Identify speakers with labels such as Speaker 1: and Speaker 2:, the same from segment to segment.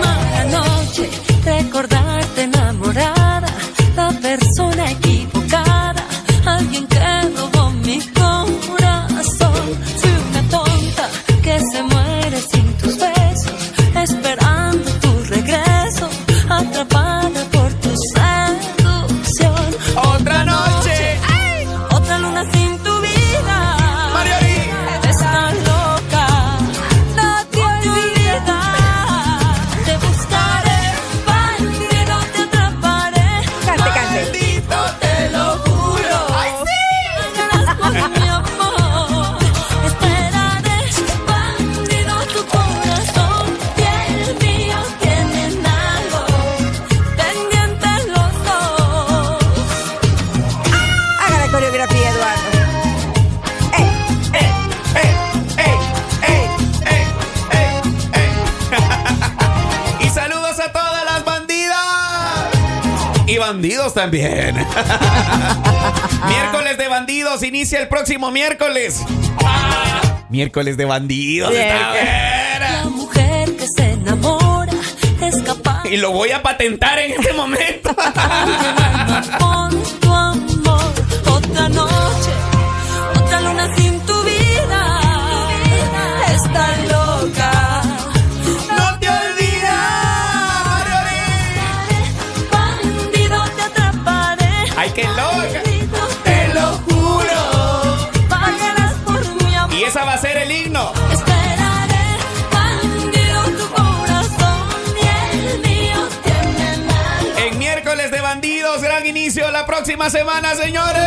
Speaker 1: Mala noche, recordarte enamorada, la persona equivocada, alguien que robó mi corazón. Fui una tonta que se muere sin tus besos, esperando tu regreso, atrapada por tu seducción. Otra noche, otra luna sin tu vida. Estás loca, no te olvidas. Te buscaré, bandido te atraparé.
Speaker 2: Cante, cante.
Speaker 1: Maldito, te lo juro. ¡Ay, sí! por mi amor. Esperaré, bandido, tu corazón. Y el mío tienen algo. Pendientes los dos.
Speaker 2: Haga la coreografía, Eduardo. Eh,
Speaker 3: Y saludos a todas las bandidas. Y bandidos también. miércoles de bandidos inicia el próximo miércoles. Ah, miércoles de bandidos. está
Speaker 1: La
Speaker 3: buena.
Speaker 1: mujer que se enamora es capaz
Speaker 3: Y
Speaker 1: de
Speaker 3: lo voy a patentar en este momento.
Speaker 1: llenarnos con tu amor. Otra noche, otra luna sin tu vida. Estás loca.
Speaker 3: no te olvidas.
Speaker 1: Bandido te atraparé.
Speaker 3: Ay, qué loca.
Speaker 1: Bandido,
Speaker 3: Te lo juro.
Speaker 1: pagarás por mi amor.
Speaker 3: Y esa va a ser el himno.
Speaker 1: Esperaré, bandido, tu corazón y el mío tienen algo.
Speaker 3: En miércoles de bandidos, gran inicio la próxima semana, señores.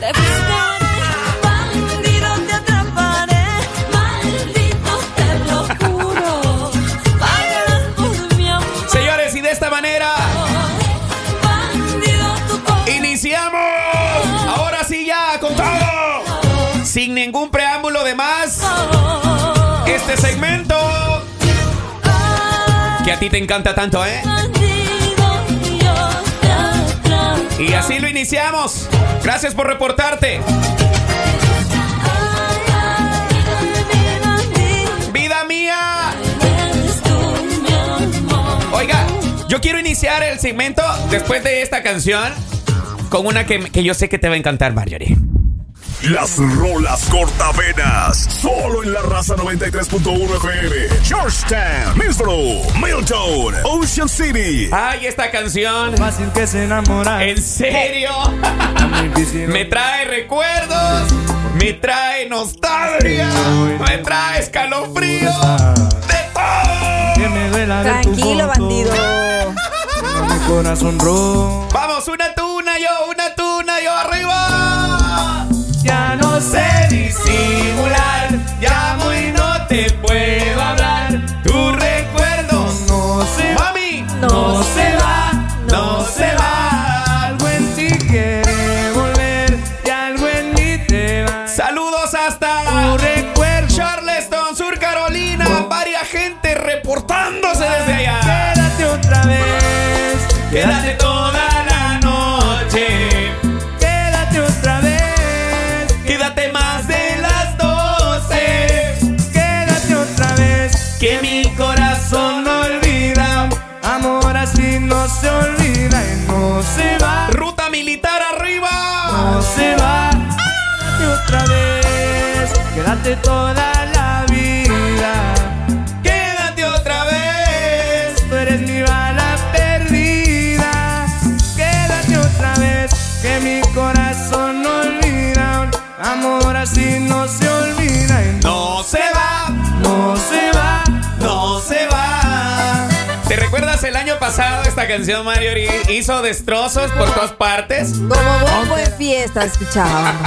Speaker 1: Te buscaré, bandido te atraparé, maldito te lo juro. Pagarás por mi amor,
Speaker 3: Señores, y de esta manera
Speaker 1: bandido tu corazón.
Speaker 3: iniciamos. Ahora sí ya, con todo. Sin ningún preámbulo de más, este segmento que a ti te encanta tanto, ¿eh?
Speaker 1: Bandido yo te atraparé.
Speaker 3: Y así lo iniciamos. Gracias por reportarte.
Speaker 1: Mi bandido
Speaker 3: Vida mía.
Speaker 1: eres tú, mi amor.
Speaker 3: Oiga, yo quiero iniciar el segmento después de esta canción con una que, que yo sé que te va a encantar, Marjorie.
Speaker 4: Las rolas cortavenas. Solo en la raza 93.1 FM. Georgetown, Middlesbrough, Milton, Ocean City.
Speaker 3: Ay, esta canción.
Speaker 5: Fácil que se enamora.
Speaker 3: En serio. Me trae recuerdos, me trae nostalgia, me trae escalofrío, de todo.
Speaker 5: Que me duela ver tu
Speaker 2: tranquilo,
Speaker 5: foto,
Speaker 2: bandido.
Speaker 5: Mi corazón rojo.
Speaker 3: Vamos, una tuna yo, una tuna yo arriba. Ya no sé disimular, llamo y no te puedo hablar. Tu recuerdo
Speaker 5: No sé
Speaker 3: mami, no se va, no se va.
Speaker 5: algo en ti quiere volver. Y algo en mí te va.
Speaker 3: Saludos hasta Charleston, Sur Carolina. Varia gente reportándose desde allá.
Speaker 5: Quédate otra vez.
Speaker 3: Quédate toda la noche.
Speaker 5: Quédate otra vez.
Speaker 3: Quédate más de las 12.
Speaker 5: Quédate otra vez.
Speaker 3: Que mi corazón no olvida.
Speaker 5: Amor así no se olvida y no se va.
Speaker 3: Ruta militar arriba.
Speaker 5: No se va. Quédate otra vez. Quédate toda la vida.
Speaker 3: Quédate otra vez.
Speaker 5: Tú eres mi bala perdida. Quédate otra vez, que mi corazón no olvida. Amor así no se olvida y no,
Speaker 3: No se va,
Speaker 5: no se va.
Speaker 3: no se va. ¿Te recuerdas el año pasado esta canción, Mario? Hizo destrozos por todas partes.
Speaker 2: Como bombo en fiesta escuchábamos.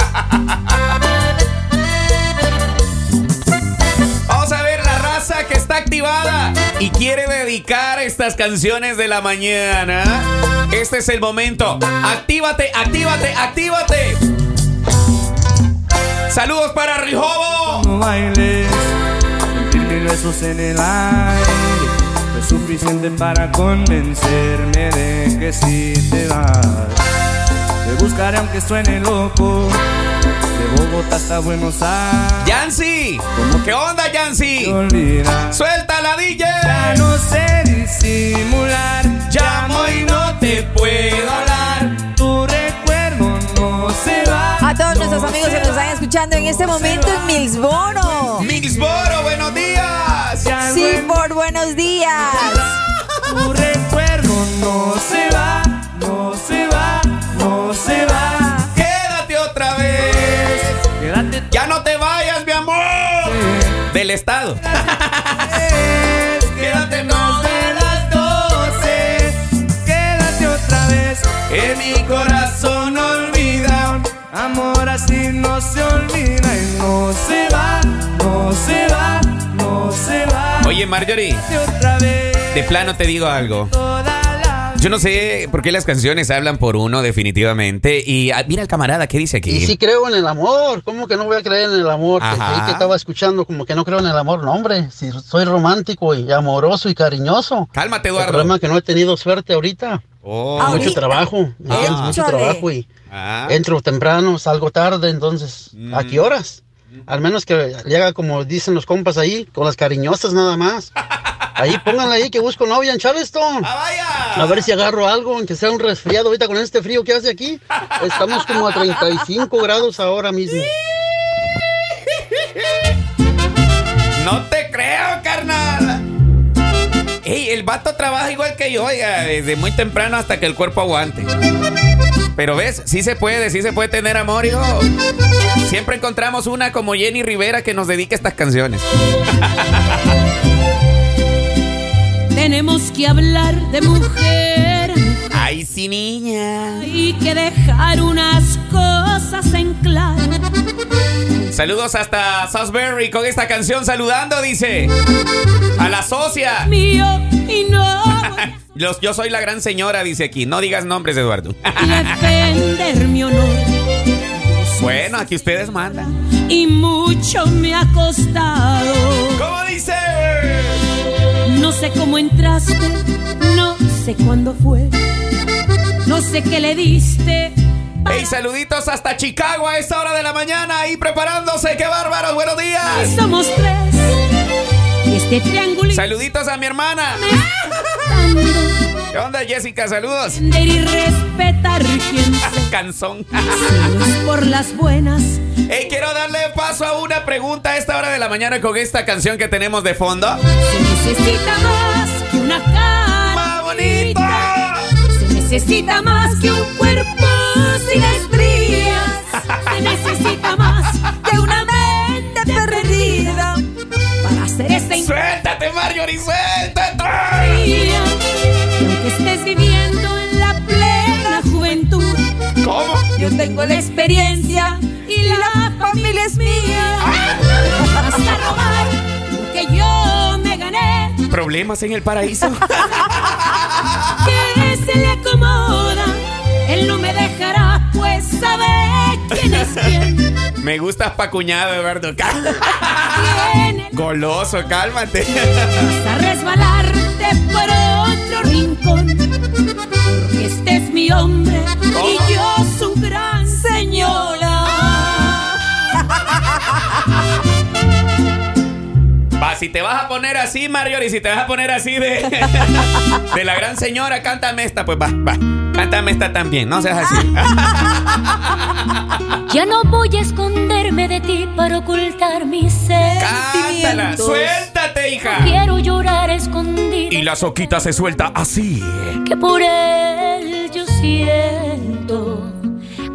Speaker 3: Vamos a ver la raza que está activada y quiere dedicar estas canciones de la mañana, este es el momento. Actívate, actívate, actívate. Saludos para Rijobo.
Speaker 6: No bailes, sentir mis besos en el aire no es suficiente para convencerme de que si te vas. Te buscaré aunque suene loco, de Bogotá hasta Buenos Aires.
Speaker 3: Yancy. ¿Qué onda, Yancy?
Speaker 6: Te olvidas.
Speaker 3: Suelta la DJ.
Speaker 6: Ya no sé disimular,
Speaker 3: Llamo y no te puedo hablar.
Speaker 6: tu recuerdo no se va.
Speaker 2: A todos nuestros amigos que nos están escuchando en este momento en Milsboro.
Speaker 3: Mixboro, buenos días.
Speaker 6: Ya no
Speaker 2: Sí,
Speaker 6: es-
Speaker 2: por buenos días.
Speaker 6: Tu recuerdo no se va, no se va, no se
Speaker 2: Ah.
Speaker 6: va.
Speaker 3: Quédate otra vez.
Speaker 6: Quédate
Speaker 3: Ya no te vayas, mi amor. Del estado.
Speaker 6: Quédate más de las 12. Quédate otra vez.
Speaker 3: En mi corazón olvida.
Speaker 6: Amor así no se olvida y no se va, no se va, no se va.
Speaker 3: Oye, Marjorie,
Speaker 6: Quédate otra vez.
Speaker 3: de plano te digo algo.
Speaker 6: toda la
Speaker 3: Yo no sé por qué las canciones hablan por uno definitivamente. Y ah, mira el camarada, ¿qué dice aquí?
Speaker 7: Y si creo en el amor, ¿cómo que no voy a creer en el amor? Que
Speaker 3: Ajá.
Speaker 7: creí que estaba escuchando como que no creo en el amor. No, hombre, si soy romántico y amoroso y cariñoso.
Speaker 3: Cálmate,
Speaker 7: El
Speaker 3: Eduardo.
Speaker 7: problema es que no he tenido suerte ahorita.
Speaker 3: Oh.
Speaker 2: Ah,
Speaker 7: Mucho
Speaker 2: Ahorita.
Speaker 7: trabajo, ¿me
Speaker 3: Ah.
Speaker 7: entiendes? Mucho
Speaker 2: Chole.
Speaker 7: trabajo y
Speaker 3: Ah. Mm.
Speaker 7: entro temprano, salgo tarde, entonces, ¿a qué horas? Al menos que le haga como dicen los compas ahí, con las cariñosas nada más. Ahí pónganle ahí que busco novia en Charleston.
Speaker 3: ¡Ah, vaya!
Speaker 7: A ver si agarro algo, aunque sea un resfriado ahorita con este frío que hace aquí. Estamos como a 35 grados ahora mismo.
Speaker 3: No te creo, carnal. Ey, el vato trabaja igual que yo, oiga, desde muy temprano hasta que el cuerpo aguante. Pero ves, sí se puede, sí se puede tener amor, hijo. Siempre encontramos una como Jenny Rivera que nos dedica estas canciones.
Speaker 1: Tenemos que hablar de mujer
Speaker 3: Ay, sí, niña.
Speaker 1: y que dejar unas cosas en claro.
Speaker 3: Saludos hasta Salisbury con esta canción saludando, dice. A la socia.
Speaker 1: Mío y no voy
Speaker 3: Los, yo soy la gran señora, dice aquí. No digas nombres, Eduardo.
Speaker 1: a defender mi honor.
Speaker 3: Bueno, aquí ustedes mandan.
Speaker 1: Y mucho me ha costado.
Speaker 3: ¿Cómo dice?
Speaker 1: No sé cómo entraste, no sé cuándo fue. No sé qué le diste.
Speaker 3: Hey, saluditos hasta Chicago a esta hora de la mañana. Ahí preparándose. ¡Qué bárbaros! ¡Buenos días!
Speaker 1: Somos tres. Y este triángulo
Speaker 3: Saluditos a mi hermana.
Speaker 1: me está
Speaker 3: ¿Qué onda, Jessica? Saludos.
Speaker 1: dando. y respetar quién soy.
Speaker 3: Canzón.
Speaker 1: Celos por las buenas.
Speaker 3: Hey, quiero darle paso a una pregunta a esta hora de la mañana con esta canción que tenemos de fondo.
Speaker 1: Se necesita más que una cara.
Speaker 3: ¡Más bonito!
Speaker 1: Se necesita más que un cuerpo sin estrías. Se necesita más que una mente perdida para hacer esta
Speaker 3: ¡Suéltate, Marjorie! ¡Suéltate!
Speaker 1: ingeniería. Y aunque estés viviendo en la plena juventud,
Speaker 3: ¿Cómo?
Speaker 2: Yo tengo
Speaker 1: la experiencia y la familia es mía. Vas a robar lo que yo me gané.
Speaker 3: Problemas en el paraíso.
Speaker 1: que se le acomoda. Él no me dejará, pues sabe quién es quién.
Speaker 3: Me gustas pa' cuñado, Eduardo. Cal-
Speaker 1: Quién él
Speaker 3: Goloso, cálmate.
Speaker 1: vas a resbalarte por otro rincón. Porque este es mi hombre y yo su gran señora.
Speaker 3: Va, si te vas a poner así, Marjorie, si te vas a poner así de, de la gran señora, cántame esta, pues va, va. Cántame esta también, no seas así.
Speaker 2: Ah,
Speaker 8: Ya no voy a esconderme de ti para ocultar mi ser.
Speaker 3: Cántala,
Speaker 2: Sentimientos.
Speaker 3: suéltate, hija.
Speaker 8: Quiero llorar escondido.
Speaker 9: Y la soquita se suelta así.
Speaker 8: que por él yo siento.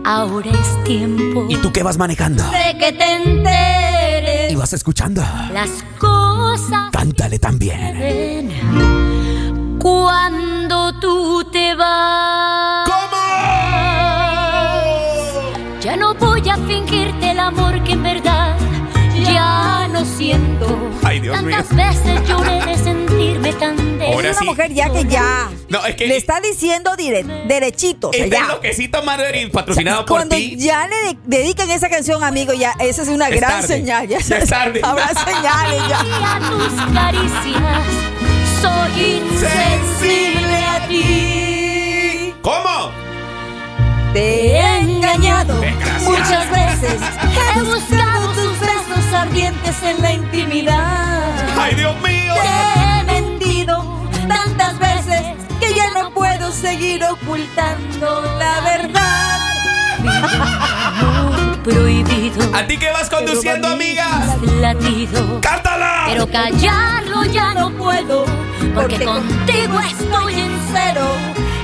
Speaker 8: Ahora es tiempo
Speaker 9: ¿Y tú qué vas manejando?
Speaker 8: de que te enteres
Speaker 9: ¿Y vas escuchando?
Speaker 8: las cosas
Speaker 9: Cántale
Speaker 8: que
Speaker 9: también.
Speaker 8: ven cuando tú te vas. Ya no voy a fingirte el amor que en verdad ya no siento.
Speaker 3: Ay, Dios mío.
Speaker 1: Tantas veces lloré de sentirme tan
Speaker 3: Ahora
Speaker 2: Es una
Speaker 3: sí.
Speaker 2: mujer ya que ya
Speaker 3: No, es que-
Speaker 2: le está diciendo dire- derechito. o sea,
Speaker 3: Este
Speaker 2: ya.
Speaker 3: es loquecito Marjorie, patrocinado por
Speaker 2: Cuando
Speaker 3: ti.
Speaker 2: ya le de- dedican esa canción, amigo, ya esa es una
Speaker 3: Es
Speaker 2: gran
Speaker 3: tarde.
Speaker 2: señal. Ya,
Speaker 3: Ya es tarde.
Speaker 2: Habrá señales ya.
Speaker 1: a tus caricias. Soy insensible a ti.
Speaker 3: ¿Cómo?
Speaker 2: Te
Speaker 1: Te
Speaker 2: he
Speaker 1: he engañado.
Speaker 2: muchas veces.
Speaker 1: He buscado tus besos ardientes en la intimidad.
Speaker 3: Ay, Dios mío.
Speaker 2: Te he mentido
Speaker 1: tantas veces
Speaker 2: que ya no puedo seguir ocultando la verdad.
Speaker 1: Prohibido.
Speaker 3: ¿A ti qué vas conduciendo, amiga?
Speaker 1: Latido.
Speaker 3: ¡Cántala!
Speaker 1: Pero callarlo ya no puedo, porque
Speaker 2: Porque
Speaker 1: contigo estoy en cero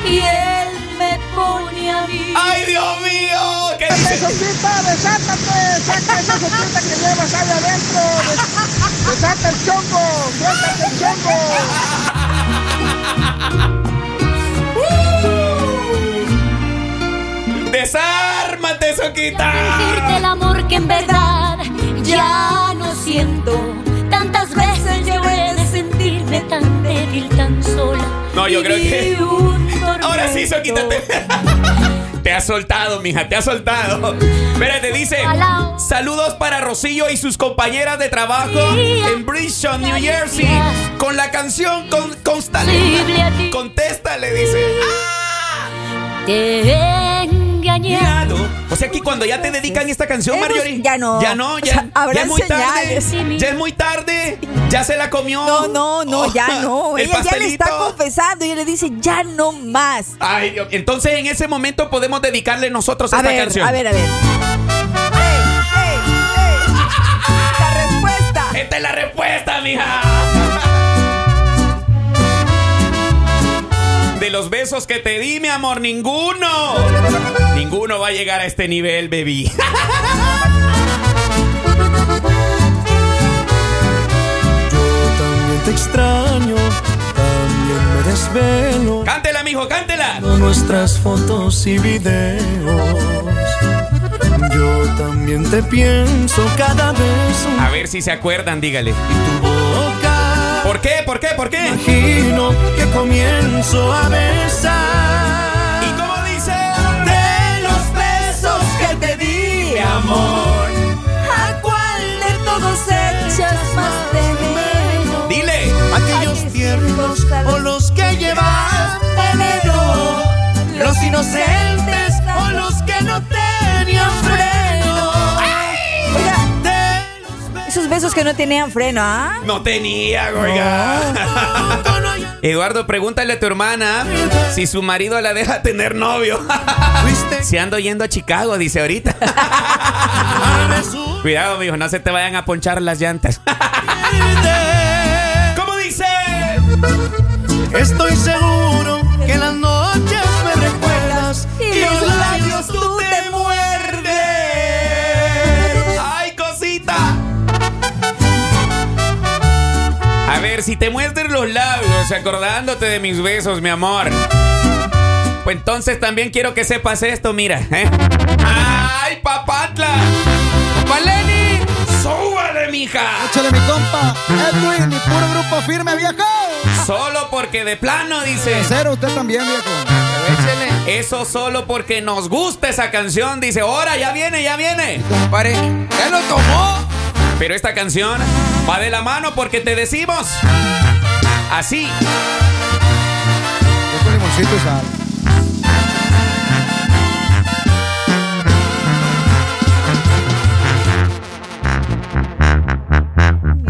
Speaker 1: y él me pone a mí.
Speaker 3: ¡Ay, Dios mío! ¿Qué dices?
Speaker 7: Sopita, desátate, saca esa sopita que llevas allá adentro. Des- desata el chongo, suéltate el chongo.
Speaker 3: ¡Desármate,
Speaker 1: Sentirte el
Speaker 3: Soquita!
Speaker 1: amor que en verdad ya no siento. Tantas veces lloré de sentirme tan débil, tan sola.
Speaker 3: No, yo creo que-
Speaker 1: Viví un
Speaker 3: Ahora sí,
Speaker 1: tormento.
Speaker 3: Soquita, te... te has soltado, mija, te has soltado. Espérate, dice...
Speaker 1: Alao.
Speaker 3: Saludos para Rocío y sus compañeras de trabajo en Bridgeton, New Jersey, con la canción con Constale.
Speaker 1: Sensible a ti.
Speaker 3: Contéstale, dice.
Speaker 1: Te he engañado.
Speaker 3: Claro. O sea que cuando ya te dedican esta canción,
Speaker 2: Eh, pues,
Speaker 3: Marjorie.
Speaker 2: ya no.
Speaker 3: Ya no, ya,
Speaker 2: O sea,
Speaker 3: ya
Speaker 2: habrán
Speaker 3: es muy
Speaker 2: señales.
Speaker 3: tarde. Ya es muy tarde. Ya se la comió.
Speaker 2: No, no, no,
Speaker 3: Oh,
Speaker 2: ya no.
Speaker 3: El
Speaker 2: Ella ya le
Speaker 3: pastelito.
Speaker 2: está confesando y ella le dice, ya no más.
Speaker 3: Ay, Dios. Entonces en ese momento podemos dedicarle nosotros
Speaker 2: A
Speaker 3: esta
Speaker 2: ver,
Speaker 3: canción.
Speaker 2: a ver, a ver. Ey, ey, ey. La respuesta.
Speaker 3: Esta es la respuesta, mija. De los besos que te di, mi amor, ninguno. Ninguno va a llegar a este nivel, baby.
Speaker 6: También te extraño, también me desvelo.
Speaker 3: cántela, mijo, cántela.
Speaker 6: Viendo Nuestras fotos y videos. Yo también te pienso cada vez un
Speaker 3: A ver si se acuerdan, dígale.
Speaker 6: boca.
Speaker 3: ¿Por qué? ¿Por qué? ¿Por qué?
Speaker 6: Imagino que comienzo a besar.
Speaker 3: ¿Y cómo dice? De los besos que te di, mi amor.
Speaker 2: ¿A cuál de todos echas más de menos?
Speaker 3: Dile.
Speaker 6: Aquellos tiernos o los que llevas veneno. Los inocentes o los que no tenían freno.
Speaker 2: Oiga,
Speaker 6: De los
Speaker 2: esos besos que no tenían freno, ¿ah?
Speaker 3: No tenía, oiga. Eduardo, pregúntale a tu hermana si su marido la deja tener novio.
Speaker 6: Fuiste
Speaker 3: Se ando yendo a Chicago, dice ahorita.
Speaker 6: a resumirte.
Speaker 3: Cuidado, mijo, no se te vayan a ponchar las llantas. ¿Cómo dice?
Speaker 6: Estoy seguro que las noches me recuerdas
Speaker 2: Y los labios tú te
Speaker 3: muerdes. ¡Ay, cosita! A ver, si te muerden los labios acordándote de mis besos, mi amor. Pues entonces también quiero que sepas esto, mira. ¿eh? ¡Ay, papatla! ¡Paleni! ¡Súbale, mija!
Speaker 7: Échale mi compa, Edwin y puro grupo firme, viejo.
Speaker 3: Solo porque de plano dice.
Speaker 7: Cero, usted también, viejo.
Speaker 3: Eso solo porque nos gusta esa canción. Dice, ahora ya viene, ya viene.
Speaker 7: Pare, ¿qué lo tomó?
Speaker 3: Pero esta canción va de la mano porque te decimos. Así.
Speaker 7: Yo con limoncito y sal.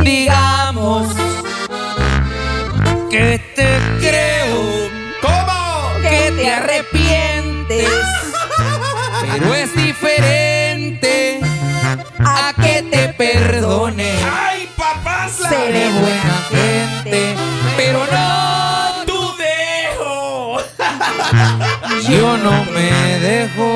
Speaker 2: Digamos
Speaker 3: Que te creo. ¿Cómo?
Speaker 2: que te arrepientes,
Speaker 3: Pero es diferente.
Speaker 2: a que te perdone.
Speaker 3: ¡Ay, papás!
Speaker 2: Seré buena gente,
Speaker 3: Pero no tu dejo.
Speaker 7: Yo no me dejo.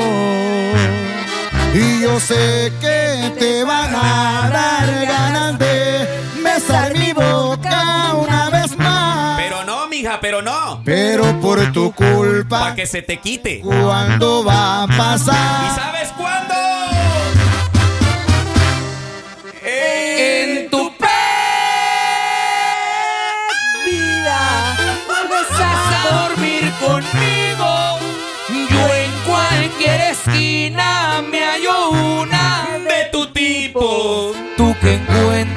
Speaker 7: Y yo sé que te van a dar ganas de besar mi boca una vez más.
Speaker 3: Pero no, mija, pero no.
Speaker 7: Pero por tu culpa,
Speaker 3: Para que se te quite. ¿Y
Speaker 7: ¿cuándo va a pasar?
Speaker 3: sabes cuándo? En tu pecho.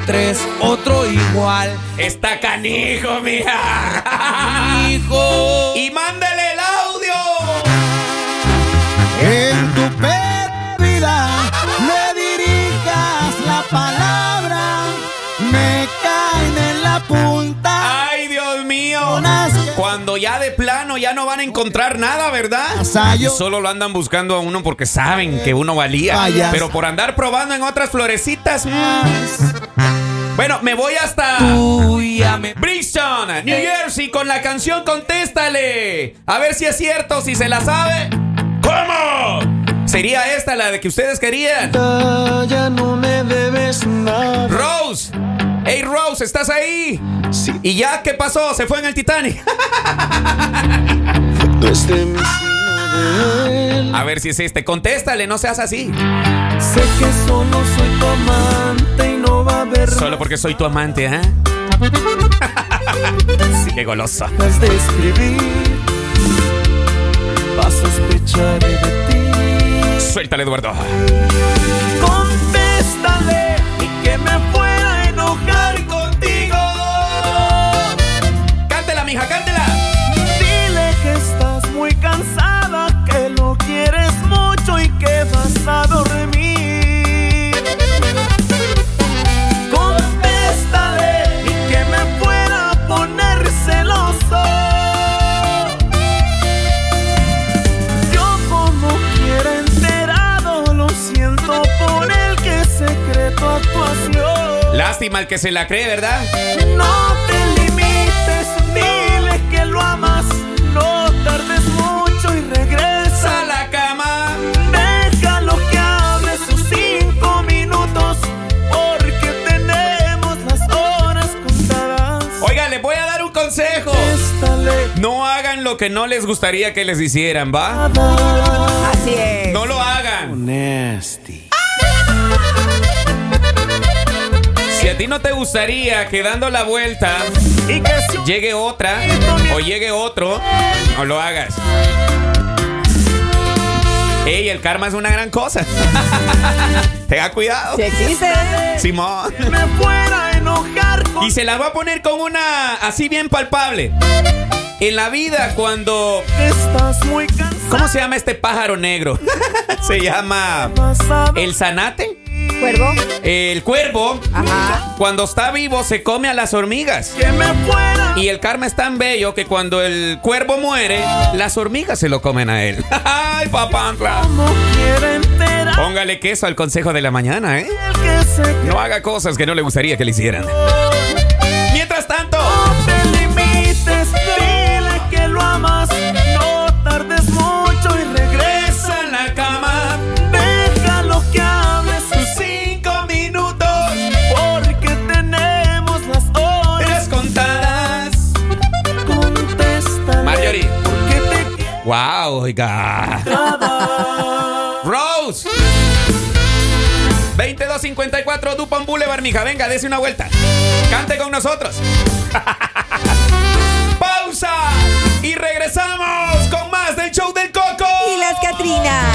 Speaker 10: tres, otro igual.
Speaker 3: Está canijo, mija. Hijo. Y mándele el audio.
Speaker 11: En tu pérdida me dirijas la palabra, me caen en la punta.
Speaker 3: Ay, Dios mío. Cuando ya de plano ya no van a encontrar nada, ¿verdad?
Speaker 11: Sayo.
Speaker 3: Solo lo andan buscando a uno porque saben que uno valía.
Speaker 6: Ah,
Speaker 11: Vaya.
Speaker 3: Pero por andar probando en otras florecitas. mm. Bueno, me voy hasta. Brixton, New Jersey, con la canción Contéstale. A ver si es cierto, si se la sabe. ¿Cómo? Sería esta la de que ustedes querían.
Speaker 6: Ya no me debes nada.
Speaker 3: Rose. Hey Rose, ¿estás ahí? Sí. ¿Y ya qué pasó? ¿Se fue en el Titanic? A ver si es este. Contéstale, no seas así.
Speaker 6: Sé que solo soy tu amante y no va a haber
Speaker 3: Solo porque soy tu amante, ¿eh? Sí, qué golosa.
Speaker 6: más de escribir. Pa' sospechar de ti.
Speaker 3: Suéltale, Eduardo.
Speaker 6: Contéstale y que me pueda enojar contigo.
Speaker 3: Cántela, mija, cántela.
Speaker 6: Dile que estás muy cansada, que lo quieres mucho y que vas a dormir. Contéstale y que me pueda poner celoso. Yo como quiera enterado, lo siento por el que secreto actuación.
Speaker 3: Lástima el que se la cree, ¿verdad?
Speaker 6: No te limites, dile que lo amas. No tardes mucho y regresa
Speaker 3: A la cama.
Speaker 6: Déjalo que hable sus cinco minutos, porque tenemos las horas contadas.
Speaker 3: Oiga, les voy a dar un consejo.
Speaker 6: Contéstale
Speaker 3: No hagan lo que no les gustaría que les hicieran, ¿va?
Speaker 2: Así es.
Speaker 3: No lo hagan.
Speaker 10: Nasty.
Speaker 3: Si a ti no te gustaría que dando la vuelta
Speaker 6: y que si un
Speaker 3: llegue otra o llegue otro, no lo hagas. Ey, el karma es una gran cosa. Tenga cuidado.
Speaker 2: Si existe.
Speaker 3: Simón.
Speaker 6: me fuera a enojar
Speaker 3: Y se las va a poner con una así bien palpable. En la vida cuando...
Speaker 6: que estás muy cansado.
Speaker 3: ¿Cómo se llama este pájaro negro? se llama...
Speaker 6: Vas a
Speaker 3: El zanate.
Speaker 2: Cuervo.
Speaker 3: El cuervo,
Speaker 2: Ajá.
Speaker 3: cuando está vivo, se come a las hormigas.
Speaker 6: que me fuera
Speaker 3: Y el karma es tan bello que cuando el cuervo muere, las hormigas se lo comen a él. ¡Ay, papantla!
Speaker 6: como quiera enterado,
Speaker 3: Póngale queso al consejo de la mañana, ¿eh?
Speaker 6: el que secreto.
Speaker 3: No haga cosas que no le gustaría que le hicieran. Mientras tanto,
Speaker 6: No te limites, dile que lo amas. No tardes mucho y regresa.
Speaker 3: regresa a la cama
Speaker 6: Déjalo que hables
Speaker 3: tus cinco minutos.
Speaker 6: porque tenemos las horas
Speaker 3: Tres contadas.
Speaker 6: contestas.
Speaker 3: Marjorie.
Speaker 6: Porque te quiero
Speaker 3: ¡Wow, oiga!
Speaker 6: dar.
Speaker 3: Rose. 2254 Dupont Boulevard, mija. Venga, dese una vuelta. Cante con nosotros. Pausa. Y regresamos con más del show del coco.
Speaker 2: Y las Catrinas.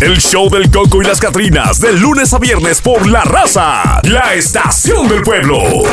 Speaker 4: El show del Coco y las Catrinas, de lunes a viernes por La Raza, la estación del pueblo.